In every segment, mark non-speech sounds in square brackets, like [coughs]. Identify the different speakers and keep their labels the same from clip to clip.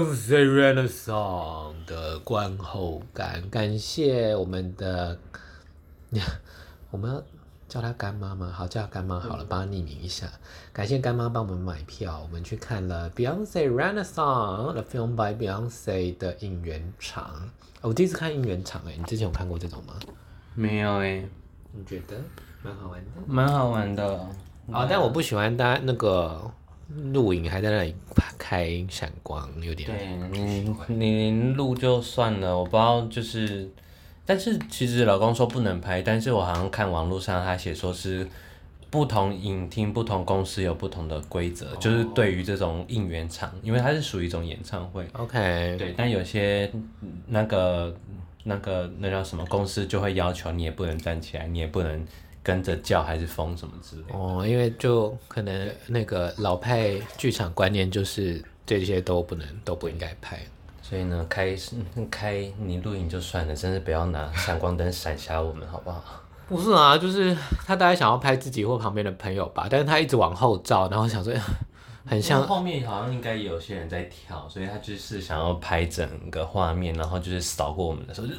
Speaker 1: Beyonce Renaissance 的观后感，感谢我们的，我们要叫她干妈吗？好，叫她干妈好了，帮她匿名一下。感谢干妈帮我们买票，我们去看了 Beyonce Renaissance The Film by Beyonce 的应援场。哦我第一次看应援场、欸，哎，你之前有看过这种吗？
Speaker 2: 没有哎、
Speaker 1: 你觉得蛮好玩的？
Speaker 2: 蛮好玩的。
Speaker 1: 哦，但我不喜欢大家那个录影还在那里开闪光，有点
Speaker 2: 对你，你录就算了，我不知道就是，但是其实老公说不能拍，但是我好像看网络上他写说是不同影厅、不同公司有不同的规则，就是对于这种应援场，因为它是属于一种演唱会，
Speaker 1: OK。
Speaker 2: 对，但有些嗯那个那个那叫什么公司就会要求你也不能站起来，你也不能跟着叫还是风什么之类的。
Speaker 1: 哦，因为就可能那个老派剧场观念就是这些都不能都不应该拍。
Speaker 2: 所以呢，开嗯开你录影就算了，真是不要拿闪光灯闪瞎我们，好不 [laughs] 好？
Speaker 1: 不是啊，就是他大概想要拍自己或旁边的朋友吧，但是他一直往后照，然后想说 [laughs] 很像
Speaker 2: 后面好像应该有些人在跳，所以他就是想要拍整个画面，然后就是扫过我们的时候，就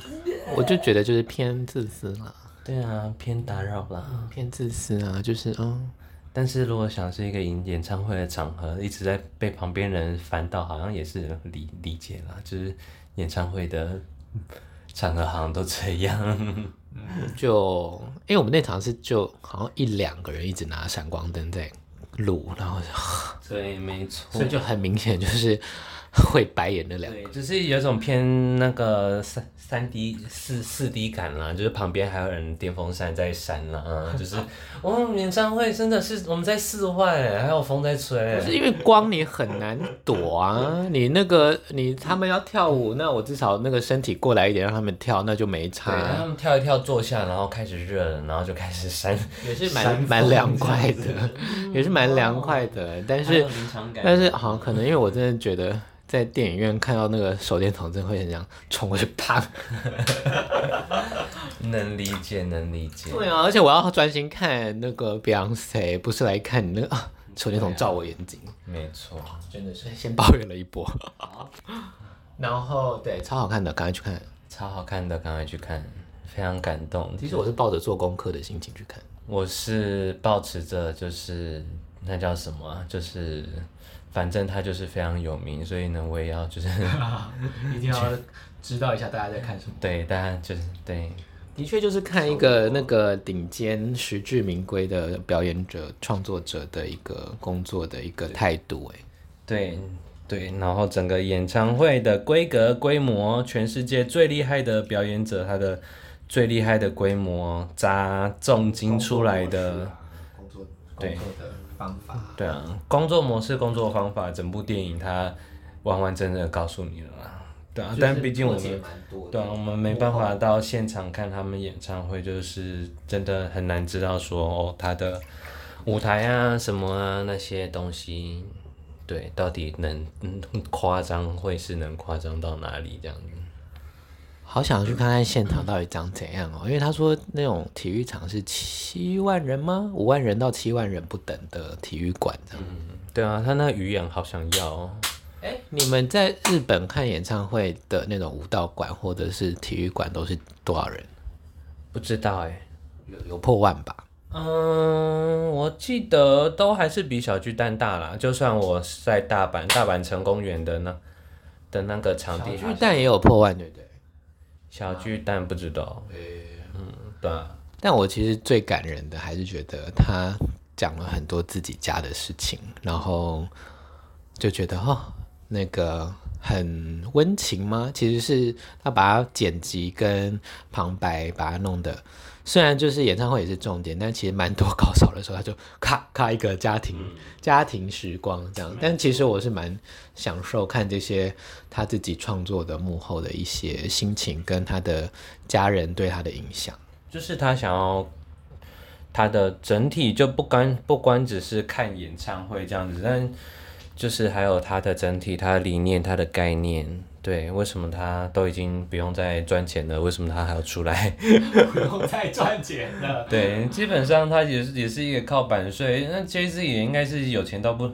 Speaker 1: 我就觉得就是偏自私啦，
Speaker 2: [laughs] 对啊，偏打扰啦。
Speaker 1: 偏自私啊，就是嗯，
Speaker 2: 但是如果想是一个演演唱会的场合，一直在被旁边人烦到，好像也是理理解啦，就是演唱会的场合好像都这样。 [laughs]
Speaker 1: 就因为我们那场是就好像一两个人一直拿闪光灯在录，然后
Speaker 2: 对，没错
Speaker 1: [laughs] 所以就很明显就是会白眼的两
Speaker 2: 对，就是有一种偏那个三三 D 四四 D 感啦，就是旁边还有人电风扇在扇啦，
Speaker 1: [laughs]
Speaker 2: 啊就是我们演唱会真的是我们在室外，还有风在吹
Speaker 1: 不。是因为光你很难躲啊， [laughs] 你那个你他们要跳舞，那我至少那个身体过来一点让他们跳，那就没
Speaker 2: 对，然后
Speaker 1: 差，
Speaker 2: 他们跳一跳，坐下，然后开始热了，然后就开始扇，
Speaker 1: 也是蛮蛮凉快的， [laughs] 也是蛮凉快的。但
Speaker 2: 还
Speaker 1: 是
Speaker 2: 有临场感
Speaker 1: 但是好像可能因为我真的觉得在电影院看到那个手电筒，真的会很想冲过去啪。
Speaker 2: 能理解，能理解。
Speaker 1: 对啊，而且我要专心看那个 Beyonce，不是来看你那个、啊 [laughs] 手电筒照我眼睛。
Speaker 2: 没错，
Speaker 1: 真的是先抱怨了一波。 [laughs] 然后对，超好看的，赶快去看。
Speaker 2: 超好看的，赶快去看，非常感动。
Speaker 1: 其实我是抱着做功课的心情去看。
Speaker 2: 我是保持着就是那叫什么啊，就是反正他就是非常有名，所以呢，我也要就是
Speaker 1: [laughs]
Speaker 2: [laughs]
Speaker 1: 一定要知道一下大家在看什么。
Speaker 2: 对，大家就是对，
Speaker 1: 的确，就是看一个那个顶尖、实至名归的表演者、创作者的一个工作的一个态度、哎，
Speaker 2: 对对，然后整个演唱会的规格规模，全世界最厉害的表演者，他的最厉害的规模，砸重金出来的，
Speaker 1: 工作
Speaker 2: 对
Speaker 1: 作的方法。
Speaker 2: 对啊，工作模式、工作方法，整部电影它完完整整地告诉你了啦。对啊，但毕竟我们对啊，我们没办法到现场看他们演唱会，就是真的很难知道说哦，他的舞台啊什么啊那些东西，对，到底能嗯夸张会是能夸张到哪里这样子？
Speaker 1: 好想去看看现场到底长怎样哦，因为他说那种体育场是七万人吗？五万人到七万人不等的体育馆这样。
Speaker 2: 嗯对啊，他那语言好想要、哦，
Speaker 1: 哎、你们在日本看演唱会的那种舞蹈馆或者是体育馆都是多少人？
Speaker 2: 不知道哎、
Speaker 1: 有有破万吧？
Speaker 2: 嗯，我记得都还是比小巨蛋大啦。就算我在大阪，大阪城公园的那的那个场地，
Speaker 1: 巨蛋也有破万，对不对？
Speaker 2: 小巨蛋不知道。嗯，对啊，
Speaker 1: 但我其实最感人的还是觉得他讲了很多自己家的事情，然后就觉得哦，那个很温情吗？其实是他把它剪辑跟旁白把它弄的，虽然就是演唱会也是重点，但其实蛮多高潮的时候，他就咔咔一个家庭、家庭时光这样。但其实我是蛮享受看这些他自己创作的幕后的一些心情跟他的家人对他的影响。
Speaker 2: 就是他想要他的整体就不光不光只是看演唱会这样子，但就是还有他的整体、他的理念、他的概念。对，为什么他都已经不用再赚钱了，为什么他还要出来？ [laughs]
Speaker 1: 不用再赚钱 [laughs] 了。
Speaker 2: 对，基本上他也是也是一个靠版税，那 J Z 也应该是有钱到不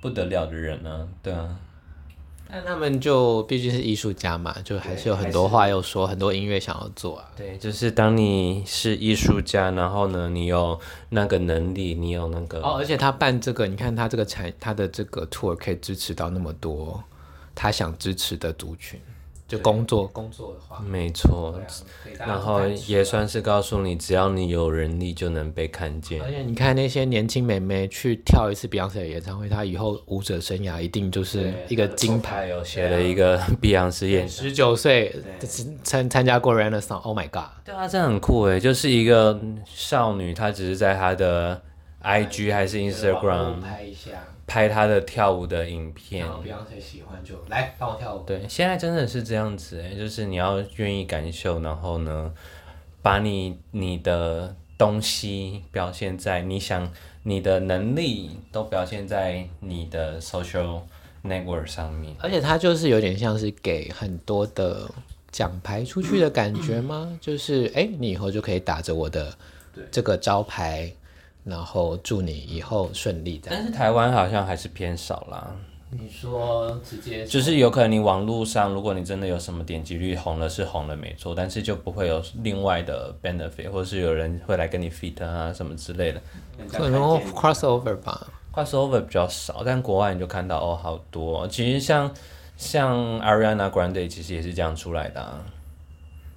Speaker 2: 不得了的人啊，对啊，
Speaker 1: 但他们就毕竟是艺术家嘛，就还是有很多话要说，很多音乐想要做啊。
Speaker 2: 对，就是当你是艺术家，然后呢，你有那个能力，你有那个
Speaker 1: 哦，而且他办这个，你看他这个产，他的这个 tour 可以支持到那么多他想支持的族群，就工作工作的话，
Speaker 2: 没错
Speaker 1: 对。啊可以大家
Speaker 2: 然
Speaker 1: 都
Speaker 2: 后
Speaker 1: 看书
Speaker 2: 也
Speaker 1: 啊
Speaker 2: 算是告诉你，只要你有能力，就能被看见
Speaker 1: 而。且你看那些年轻美眉去跳一次 Beyonce 的演唱会，她以后舞者生涯一定就是一个金牌。啊
Speaker 2: 有写了一个 [laughs] 碧昂斯演
Speaker 1: 十九岁参参加过 Renaissance，Oh my god！
Speaker 2: 对啊，这很酷诶，就是一个少女，她只是在她的 IG 还是 Instagram
Speaker 1: 拍一下，
Speaker 2: 拍她的跳舞的影片。
Speaker 1: Beyonce 喜欢就来帮我跳舞。
Speaker 2: 对，现在真的是这样子诶，就是你要愿意感受，然后呢，把你你的东西表现在你想你的能力都表现在你的 social network 上面。
Speaker 1: 嗯而且她就是有点像是给很多的奖牌出去的感觉吗？就是哎、你以后就可以打着我的这个招牌，然后祝你以后顺利的。
Speaker 2: 但是台湾好像还是偏少啦。
Speaker 1: 你说直接
Speaker 2: 就是有可能你网络上，如果你真的有什么点击率红了是红了没错，但是就不会有另外的 benefit，或是有人会来跟你 fit 啊什么之类的。
Speaker 1: 可能 crossover 吧？
Speaker 2: crossover 比较少，但国外你就看到哦好多。其实像像 Ariana Grande 其实也是这样出来的、啊。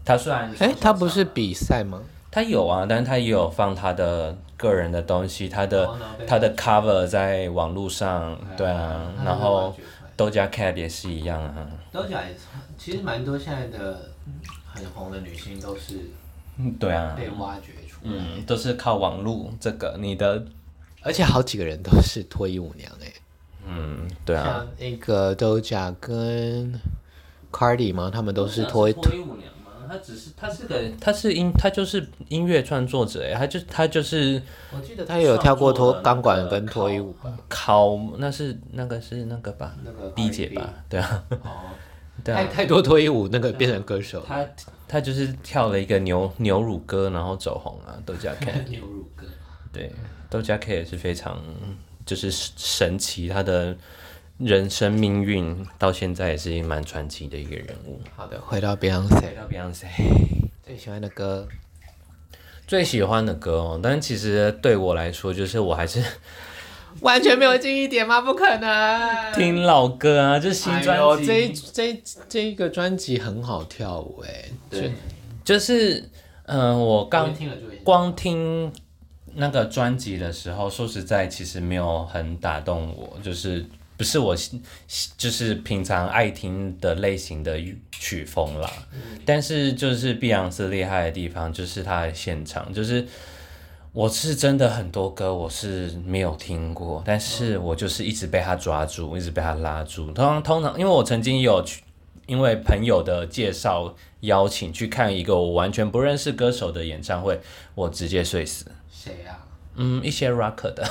Speaker 2: 他虽然
Speaker 1: 哎、他不是比赛吗？
Speaker 2: 他有啊，但是他也有放他的个人的东西，他
Speaker 1: 哦
Speaker 2: 的他的 cover 在网络上，对啊，然后 Doja Cat 也是一样啊。
Speaker 1: 都讲，其实蛮多现在的很红的女星都是
Speaker 2: 嗯对啊，
Speaker 1: 被挖掘出来，
Speaker 2: 嗯，都是靠网络这个你的，
Speaker 1: 而且好几个人都是脱衣舞娘哎、
Speaker 2: 嗯，对啊，
Speaker 1: 像那个 Doja 跟 Cardi 嘛，他们都是脱衣，
Speaker 2: 脱衣舞娘吗？他只是他是个他是音他就是音乐创作者哎，他就他就是
Speaker 1: 我记得他也有跳过脱钢管跟脱衣舞吧？
Speaker 2: 考那是那个是那个吧
Speaker 1: 那个
Speaker 2: 呃 B 姐吧，对啊，
Speaker 1: 哦，
Speaker 2: 对
Speaker 1: 太
Speaker 2: 啊，
Speaker 1: 太多脱衣舞，那个变成歌手。
Speaker 2: 他他就是跳了一个牛牛乳歌，然后走红啊，豆荚 K，
Speaker 1: 牛乳歌，
Speaker 2: 对，豆荚 K 也是非常就是神奇，他的人生命运到现在也是蛮传奇的一个人物。
Speaker 1: 好的，回到 Beyonce
Speaker 2: 来到 Beyonce。
Speaker 1: 最喜欢的歌，
Speaker 2: 最喜欢的歌哦，但其实对我来说，就是我还是
Speaker 1: 完全没有记忆点吗？不可能，
Speaker 2: 听老歌啊，就是新
Speaker 1: 哎呦
Speaker 2: 专
Speaker 1: 这一
Speaker 2: 辑，
Speaker 1: 这一这一个专辑很好跳舞哎、对，
Speaker 2: 就是嗯、呃我刚
Speaker 1: 听了就会
Speaker 2: 光听那个专辑的时候，说实在，其实没有很打动我，就是不是我喜喜就是平常爱听的类型的曲风啦。但是就是碧昂斯厉害的地方，就是他的现场，就是我是真的很多歌我是没有听过，但是我就是一直被他抓住，一直被他拉住。通常通常，因为我曾经有去，因为朋友的介绍邀请去看一个我完全不认识歌手的演唱会，我直接睡死。
Speaker 1: 谁啊？
Speaker 2: 嗯，一些 rock
Speaker 1: [laughs]
Speaker 2: 的，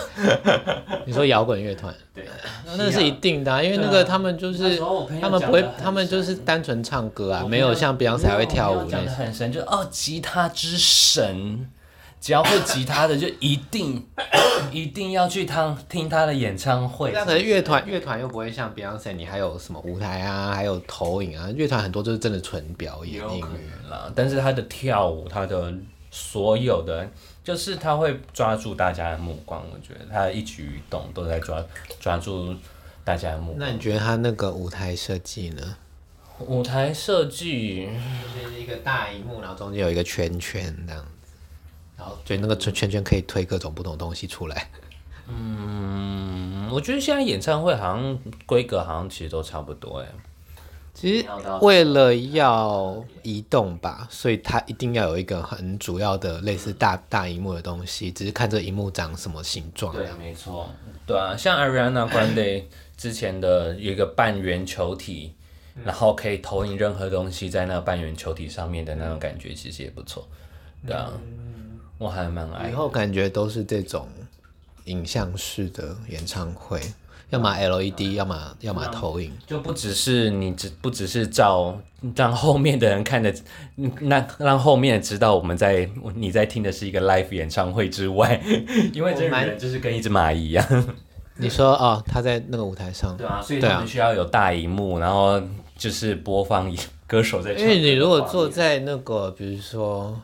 Speaker 1: 你说摇滚乐团？
Speaker 2: 对，
Speaker 1: 那是一定的、啊，因为那个他们就是
Speaker 2: 时候我朋友
Speaker 1: 他们不
Speaker 2: 讲
Speaker 1: 会
Speaker 2: 得，很
Speaker 1: 他们就是单纯唱歌啊，没有像 Beyonce 还会跳舞那
Speaker 2: 讲的
Speaker 1: 些。
Speaker 2: 很神，就哦，吉他之神，只要会吉他的就一定一定要去他听他的演唱会。
Speaker 1: 那可能乐团乐团又不会像 Beyonce，你还有什么舞台啊，还有投影啊，乐团很多就是真的纯表演音乐。
Speaker 2: 啦，但是他的跳舞，他的所有的，就是他会抓住大家的目光。我觉得他的一举一动都在抓抓住大家的目光。
Speaker 1: 那你觉得他那个舞台设计呢？
Speaker 2: 舞台设计，
Speaker 1: 就是一个大荧幕，然后中间有一个圈圈这样子，然后所以那个圈圈圈可以推各种不同的东西出来。
Speaker 2: 嗯，我觉得现在演唱会好像规格好像其实都差不多哎。
Speaker 1: 其实为了要移动吧，所以它一定要有一个很主要的类似大大荧幕的东西，只是看这荧幕长什么形状。
Speaker 2: 对，没错，对啊，像 Ariana Grande 之前的有一个半圆球体，然后可以投影任何东西在那个半圆球体上面的那种感觉，其实也不错，对啊，我还蛮爱
Speaker 1: 以。后感觉都是这种影像式的演唱会，要么 LED，要么要么投影。
Speaker 2: 就不只是你只不只是照让后面的人看的， [laughs] 那让后面知道我们在你在听的是一个 live 演唱会之外，因为这 [laughs]
Speaker 1: 我蛮
Speaker 2: 人就是跟一只蚂蚁一样。
Speaker 1: 你说哦，他在那个舞台上，
Speaker 2: 对啊，所以
Speaker 1: 对
Speaker 2: 他
Speaker 1: 啊
Speaker 2: 们需要有大荧幕，然后就是播放歌手在唱歌的画面。
Speaker 1: 因为你如果坐在那个，比如说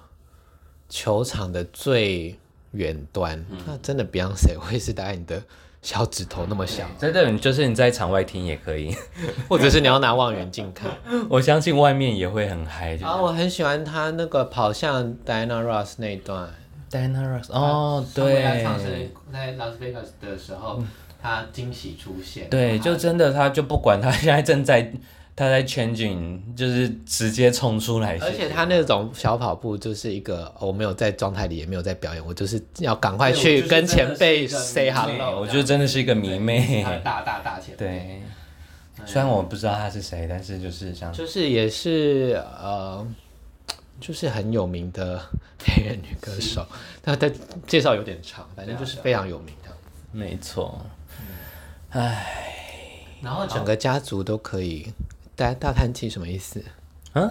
Speaker 1: 球场的最远端，那真的 Beyonce 会是大概你的小指头那么小，
Speaker 2: 在这里，就是你在场外听也可以， [laughs]
Speaker 1: 或者是你要拿望远镜看。
Speaker 2: 我相信外面也会很嗨。就是
Speaker 1: 啊，我很喜欢他那个跑向 Diana Ross 那一段。
Speaker 2: Diana Ross，哦，
Speaker 1: 他唱生
Speaker 2: 对，
Speaker 1: 在 Las Vegas 的时候，他惊喜出现。
Speaker 2: 对，
Speaker 1: 然后
Speaker 2: 就真的他就不管他现在正在他在 changing，就是直接冲出来。
Speaker 1: 而且他那种小跑步就是一个，哦我没有在状态里，也没有在表演，我就是要赶快去跟前辈 say
Speaker 2: 对
Speaker 1: hello。
Speaker 2: 我觉得真的是一个迷妹。
Speaker 1: 大大大前
Speaker 2: 对，虽然我不知道他是谁，但是就是想
Speaker 1: 就是也是呃，就是很有名的黑人女歌手，那她介绍有点长，反正就是非常有名的。
Speaker 2: 没错，
Speaker 1: 然后整个家族都可以，大大叹气什么意思？
Speaker 2: 嗯，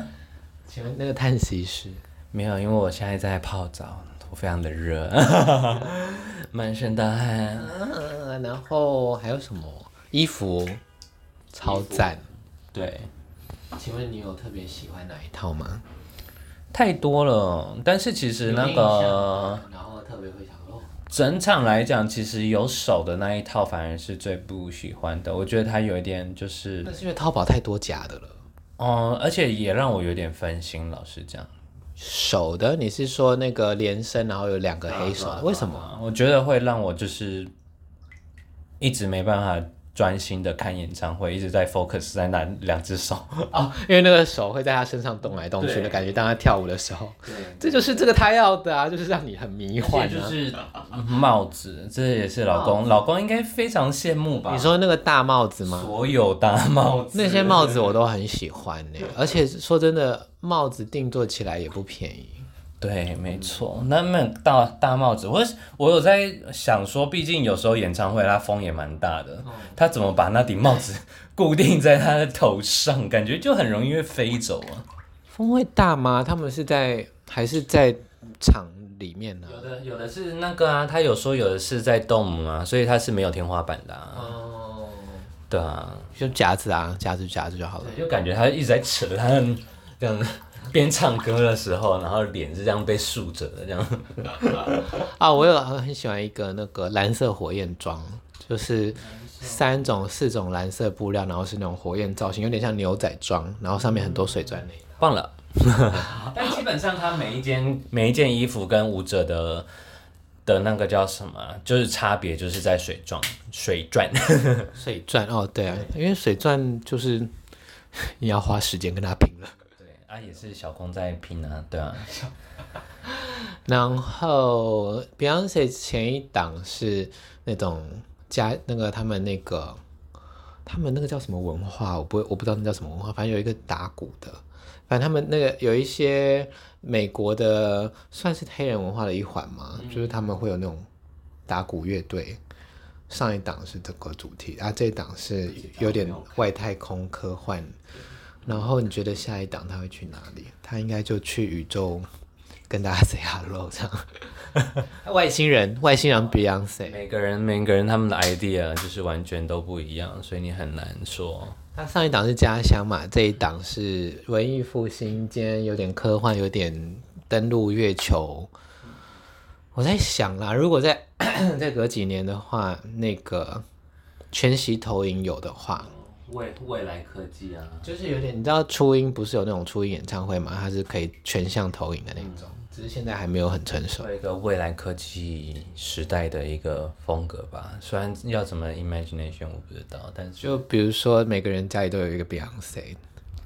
Speaker 1: 请问那个叹息是？
Speaker 2: 没有，因为我现在在泡澡，我非常的热， [laughs] 满身大汗。
Speaker 1: 嗯，然后还有什么衣服？超赞！
Speaker 2: 对，
Speaker 1: 请问你有特别喜欢哪一套吗？
Speaker 2: 太多了，但是其实那个，
Speaker 1: 然后特别会想哦，
Speaker 2: 整场来讲，其实有手的那一套反而是最不喜欢的。我觉得它有一点就是，
Speaker 1: 那是因为淘宝太多假的了。
Speaker 2: 嗯，而且也让我有点分心。老实讲，
Speaker 1: 手的，你是说那个连身，然后有两个黑手
Speaker 2: 啊
Speaker 1: 的，为什么？
Speaker 2: 我觉得会让我就是一直没办法专心的看演唱会，一直在 focus 在那两只手。
Speaker 1: 哦，因为那个手会在他身上动来动去的
Speaker 2: 对
Speaker 1: 感觉，当他跳舞的时候，
Speaker 3: 对，
Speaker 1: 这就是这个他要的啊，就是让你很迷幻
Speaker 2: 而且就
Speaker 1: 啊。
Speaker 2: 是帽子，这也是老公，老公应该非常羡慕吧？
Speaker 1: 你说那个大帽子吗？
Speaker 2: 所有大帽子，
Speaker 1: 那些帽子我都很喜欢呢、而且说真的，帽子定做起来也不便宜。
Speaker 2: 对，没错。那么大大帽子，我我有在想说，毕竟有时候演唱会它风也蛮大的，
Speaker 1: 哦
Speaker 2: 他怎么把那顶帽子 [laughs] 固定在他的头上，感觉就很容易会飞走啊。
Speaker 1: 风会大吗？他们是在还是在场里面呢、
Speaker 2: 有的有的是那个啊，他有说有的是在动啊，所以它是没有天花板的啊。
Speaker 3: 哦，
Speaker 2: 对啊，
Speaker 1: 就夹子啊，夹住夹住就好了。
Speaker 2: 就感觉他一直在扯他的这样。边唱歌的时候，然后脸是这样被竖着的，这 [laughs] 样
Speaker 1: 啊，我有很喜欢一个那个蓝色火焰装，就是三种四种蓝色布料，然后是那种火焰造型，有点像牛仔装，然后上面很多水钻那一种
Speaker 2: 忘了。 [laughs] 但基本上，他每一件每一件衣服跟舞者的的那个叫什么啊，就是差别就是在水状水钻。
Speaker 1: 水钻哦，对啊，因为水钻就是 [laughs] 你要花时间跟它拼了。
Speaker 2: 对 [laughs] 啊，也是小空在拼啊，对啊，
Speaker 1: 然后 Beyonce 前一档是那种加那个他们那个他们那个叫什么文化，我不会我不知道那叫什么文化，反正有一个打鼓的，反正他们那个有一些美国的算是黑人文化的一环嘛，就是他们会有那种打鼓乐队。上一档是这个主题，啊，这一档是有点外太空科幻。然后你觉得下一档他会去哪里？他应该就去宇宙跟大家 say hello 这样。外星人，外星人 Beyonce，
Speaker 2: 每个人每个人他们的 idea 就是完全都不一样，所以你很难说。
Speaker 1: 他上一档是家乡嘛，这一档是文艺复兴，今天有点科幻，有点登陆月球。我在想啦，如果在 [coughs] 再隔几年的话，那个全息投影有的话，
Speaker 2: 未未来科技啊，
Speaker 1: 就是有点，你知道初音不是有那种初音演唱会嘛？它是可以全向投影的那种，只是现在还没有很成熟。
Speaker 2: 做一个未来科技时代的一个风格吧。虽然要怎么 imagination 我不知道，但是
Speaker 1: 就比如说每个人家里都有一个 Beyonce，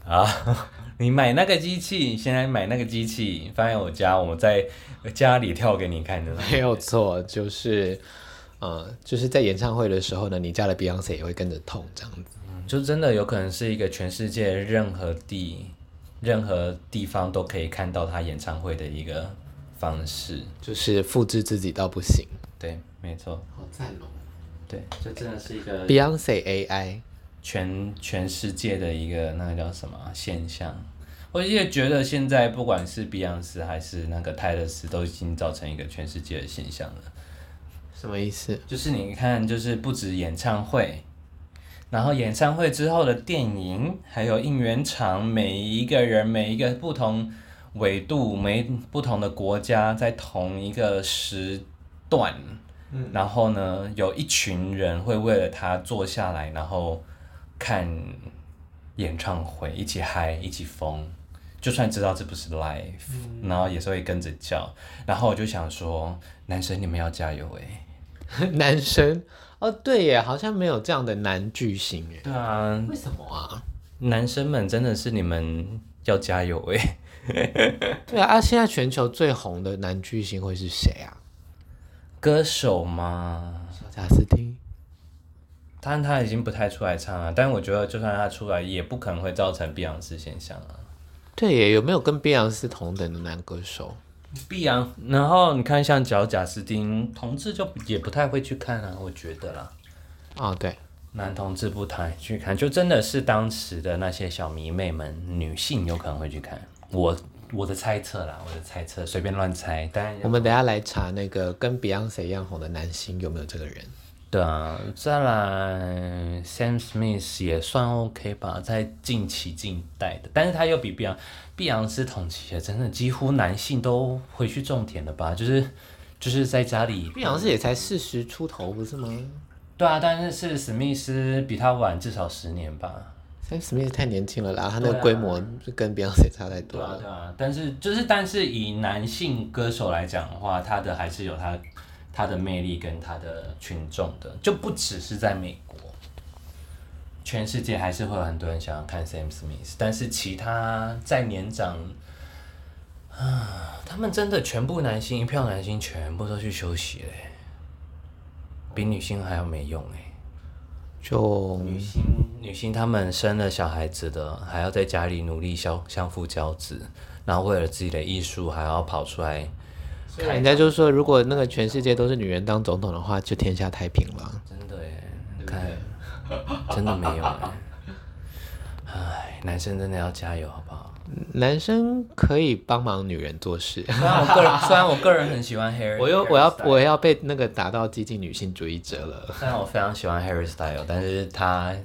Speaker 2: 啊， [laughs] 你买那个机器，现在买那个机器放在我家，我在家里跳给你看的。
Speaker 1: 没有错，就是，呃，就是在演唱会的时候呢，你家的 Beyonce 也会跟着痛这样子。
Speaker 2: 嗯就真的有可能是一个全世界任何地、任何地方都可以看到他演唱会的一个方式。
Speaker 1: 就是复制自己到不行。
Speaker 2: 对，没错，
Speaker 1: 好赞哦
Speaker 2: 对，这真的是一个
Speaker 1: ！Beyonce AI，
Speaker 2: 全全世界的一个那个叫什么啊现象。我也觉得现在不管是碧昂斯还是那个泰勒斯，都已经造成一个全世界的现象了。
Speaker 1: 什么意思？ [laughs]
Speaker 2: 就是你看，就是不止演唱会，然后演唱会之后的电影，还有应援场，每一个人每一个不同纬度、每不同的国家，在同一个时段，
Speaker 1: 嗯
Speaker 2: 然后呢，有一群人会为了他坐下来，然后看演唱会，一起嗨，一起疯。就算知道这不是 live，、然后也是会跟着叫。然后我就想说，男生你们要加油哎、
Speaker 1: 男生哦，对耶，好像没有这样的男巨星耶，
Speaker 2: 对啊，
Speaker 1: 为什么啊？
Speaker 2: 男生们真的是你们要加油哎、
Speaker 1: 对啊，啊，现在全球最红的男巨星会是谁啊？
Speaker 2: [laughs] 歌手嘛，
Speaker 1: 小贾斯汀。
Speaker 2: 但他已经不太出来唱了。但我觉得，就算他出来，也不可能会造成碧昂斯现象啊。
Speaker 1: 对耶，有没有跟碧昂斯同等的男歌手？
Speaker 2: 碧昂，然后你看像角贾斯汀，同志就也不太会去看啊，我觉得啦，
Speaker 1: 哦，对，
Speaker 2: 男同志不太去看，就真的是当时的那些小迷妹们，女性有可能会去看。我我的猜测啦，我的猜测，随便乱猜，但
Speaker 1: 我们等一下来查那个跟 Beyonce 一样红的男星有没有这个人。
Speaker 2: 对啊，再来 Sam Smith 也算 OK 吧，在近期近代的，但是他又比碧昂碧昂斯同期的，真的几乎男性都回去种田了吧？就是就是在家里，
Speaker 1: 碧昂斯也才四十出头，不是吗
Speaker 2: 对啊，但是是史密斯比他晚至少十年吧。
Speaker 1: ？Sam Smith 太年轻了啦，他那
Speaker 2: 对
Speaker 1: 个
Speaker 2: 啊
Speaker 1: 规模就跟 Beyonce 差太多
Speaker 2: 对啊，
Speaker 1: 了。
Speaker 2: 对啊，但是就是但是以男性歌手来讲的话，他的还是有他他的魅力跟他的群众的，就不只是在美国，全世界还是会有很多人想要看 Sam Smith，但是其他在年长。啊，他们真的全部男星一票男星全部都去休息嘞、比女星还要没用哎、
Speaker 1: 就
Speaker 2: 女性女性她们生了小孩子的，还要在家里努力相相夫教子，然后为了自己的艺术还要跑出来，
Speaker 1: 人家就说，如果那个全世界都是女人当总统的话，就天下太平了。
Speaker 2: 真的耶，看真的没有耶，唉，男生真的要加油好
Speaker 1: [laughs]
Speaker 2: 不好？
Speaker 1: 男生可以帮忙女人做事。
Speaker 2: 虽然我个人虽然我个人很喜欢
Speaker 1: [laughs]
Speaker 2: Harry，
Speaker 1: 我又我要我要被那个打到激进女性主义者了。
Speaker 2: 虽然我非常喜欢 Harry Style，但是他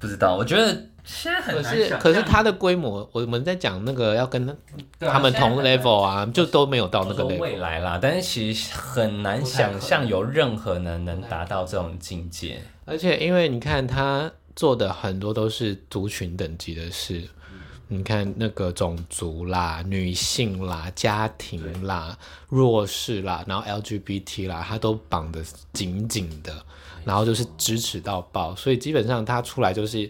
Speaker 2: 不知道，我觉得现在
Speaker 1: 可
Speaker 2: 很
Speaker 1: 是可是他的规模，我们在讲那个要跟他
Speaker 2: 啊
Speaker 1: 他们同 level 啊，就都没有到那
Speaker 2: 我
Speaker 1: 个
Speaker 2: 说
Speaker 1: level。
Speaker 2: 未来啦，但是其实很难想象有任何人能达到这种境界。
Speaker 1: 而且因为你看他做的很多都是族群等级的事，你看那个种族啦、女性啦、家庭啦、弱势啦，然后 LGBT 啦，他都绑得紧紧的，然后就是支持到爆，所以基本上他出来就是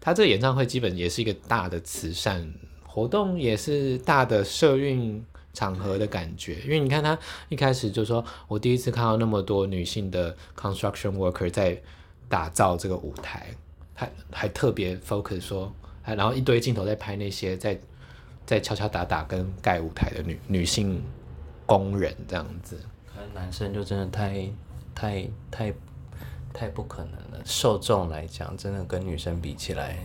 Speaker 1: 他这个演唱会基本也是一个大的慈善活动，也是大的社运。场合的感觉，因为你看他一开始就说，我第一次看到那么多女性的 construction worker 在打造这个舞台，还还特别 focus 说，还然后一堆镜头在拍那些在在敲敲打打跟盖舞台的女女性工人这样子。
Speaker 2: 可能男生就真的太太太太不可能了。受众来讲，真的跟女生比起来，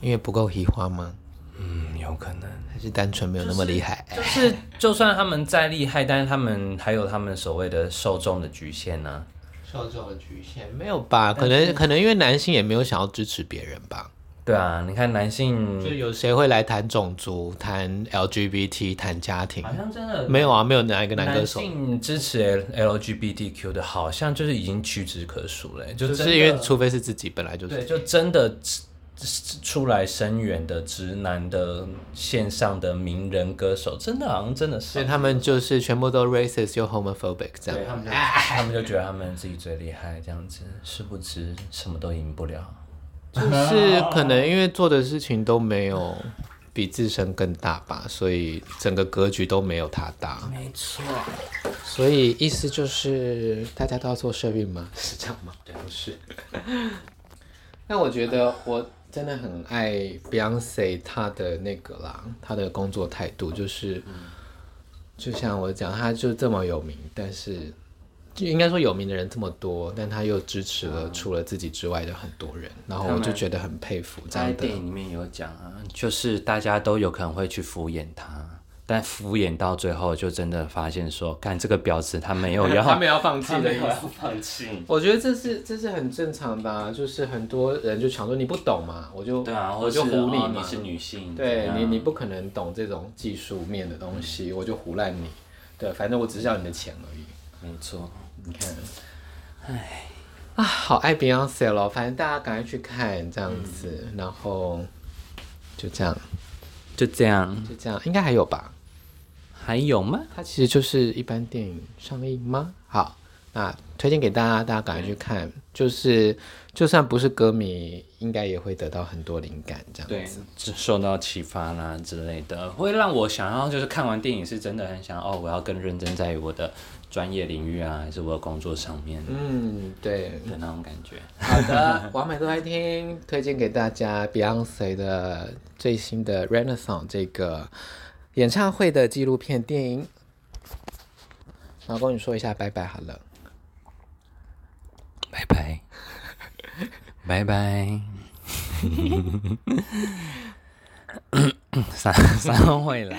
Speaker 1: 因为不够喜欢吗？
Speaker 2: 嗯，有可能。
Speaker 1: 还是单纯没有那么厉害？
Speaker 2: 就是就算他们再厉害，但是他们还有他们所谓的受众的局限啊呢、
Speaker 1: 受众的局限没有吧？可能可能因为男性也没有想要支持别人吧。
Speaker 2: 对啊，你看男性
Speaker 1: 就有谁会来谈种族、谈 LGBT、谈家庭？
Speaker 2: 好像真的
Speaker 1: 没有啊，没有哪一个男歌手，
Speaker 2: 性支持 L G B T Q 的，好像就是已经屈指可数了、就
Speaker 1: 就
Speaker 2: 真的
Speaker 1: 是因为除非是自己本来就是
Speaker 2: 对，就真的直直出来声援的直男的线上的名人歌手，真的好像真的是
Speaker 1: 所以，他们就是全部都 racist 又 homophobic 这
Speaker 2: 对
Speaker 1: 样。
Speaker 2: 他们就他们就觉得他们自己最厉害，这样子，殊不知什么都赢不了。
Speaker 1: 就是可能因为做的事情都没有比自身更大吧，所以整个格局都没有他大。
Speaker 2: 没错，
Speaker 1: 所以意思就是大家都要做社运吗？ [laughs] 是这样吗？对，不是。那我觉得我真的很爱 Beyonce 她的那个啦，她的工作态度就是，就像我讲，她就这么有名，但是就应该说有名的人这么多，但她又支持了除了自己之外的很多人，然后我就觉得很佩服这样
Speaker 2: 在
Speaker 1: 的
Speaker 2: 电影里面有讲啊，就是大家都有可能会去敷衍他，但敷衍到最后，就真的发现说，干这个婊子他没有 [laughs]
Speaker 1: 他
Speaker 2: 要，
Speaker 1: 没有要放弃的意
Speaker 2: 有要
Speaker 1: 思。
Speaker 2: 放弃。
Speaker 1: 我觉得这是这是很正常的、啊，就是很多人就想说你不懂嘛，我就
Speaker 2: 对啊，
Speaker 1: 我
Speaker 2: 或
Speaker 1: 就糊
Speaker 2: 者是
Speaker 1: 你
Speaker 2: 哦
Speaker 1: 嘛，
Speaker 2: 你是女啊性，怎
Speaker 1: 对
Speaker 2: 样
Speaker 1: 你你不可能懂这种技术面的东西，我就胡烂你。对，反正我只是要你的钱而已。
Speaker 2: 没错，
Speaker 1: 你看，唉，啊，好爱 Beyonce 咯，反正大家赶快去看这样子，然后就这样，
Speaker 2: 就这样。
Speaker 1: 就这样，应该还有吧？
Speaker 2: 还有吗？
Speaker 1: 它其实就是一般电影上映吗？好，那推荐给大家，大家赶快去看，就是就算不是歌迷，应该也会得到很多灵感这样
Speaker 2: 对
Speaker 1: 子。，
Speaker 2: 就受到启发啦之类的，会让我想要就是看完电影是真的很想哦，我要更认真在我的专业领域啊，还是我的工作上面的
Speaker 1: 嗯，对，
Speaker 2: 那种感觉。
Speaker 1: 好的，完美都爱听，推荐给大家 Beyonce 的最新的 Renaissance 这个演唱会的纪录片电影。老公，你说一下拜拜好了，
Speaker 2: 拜拜，
Speaker 1: [laughs]
Speaker 2: 拜拜， [laughs] 散散会了。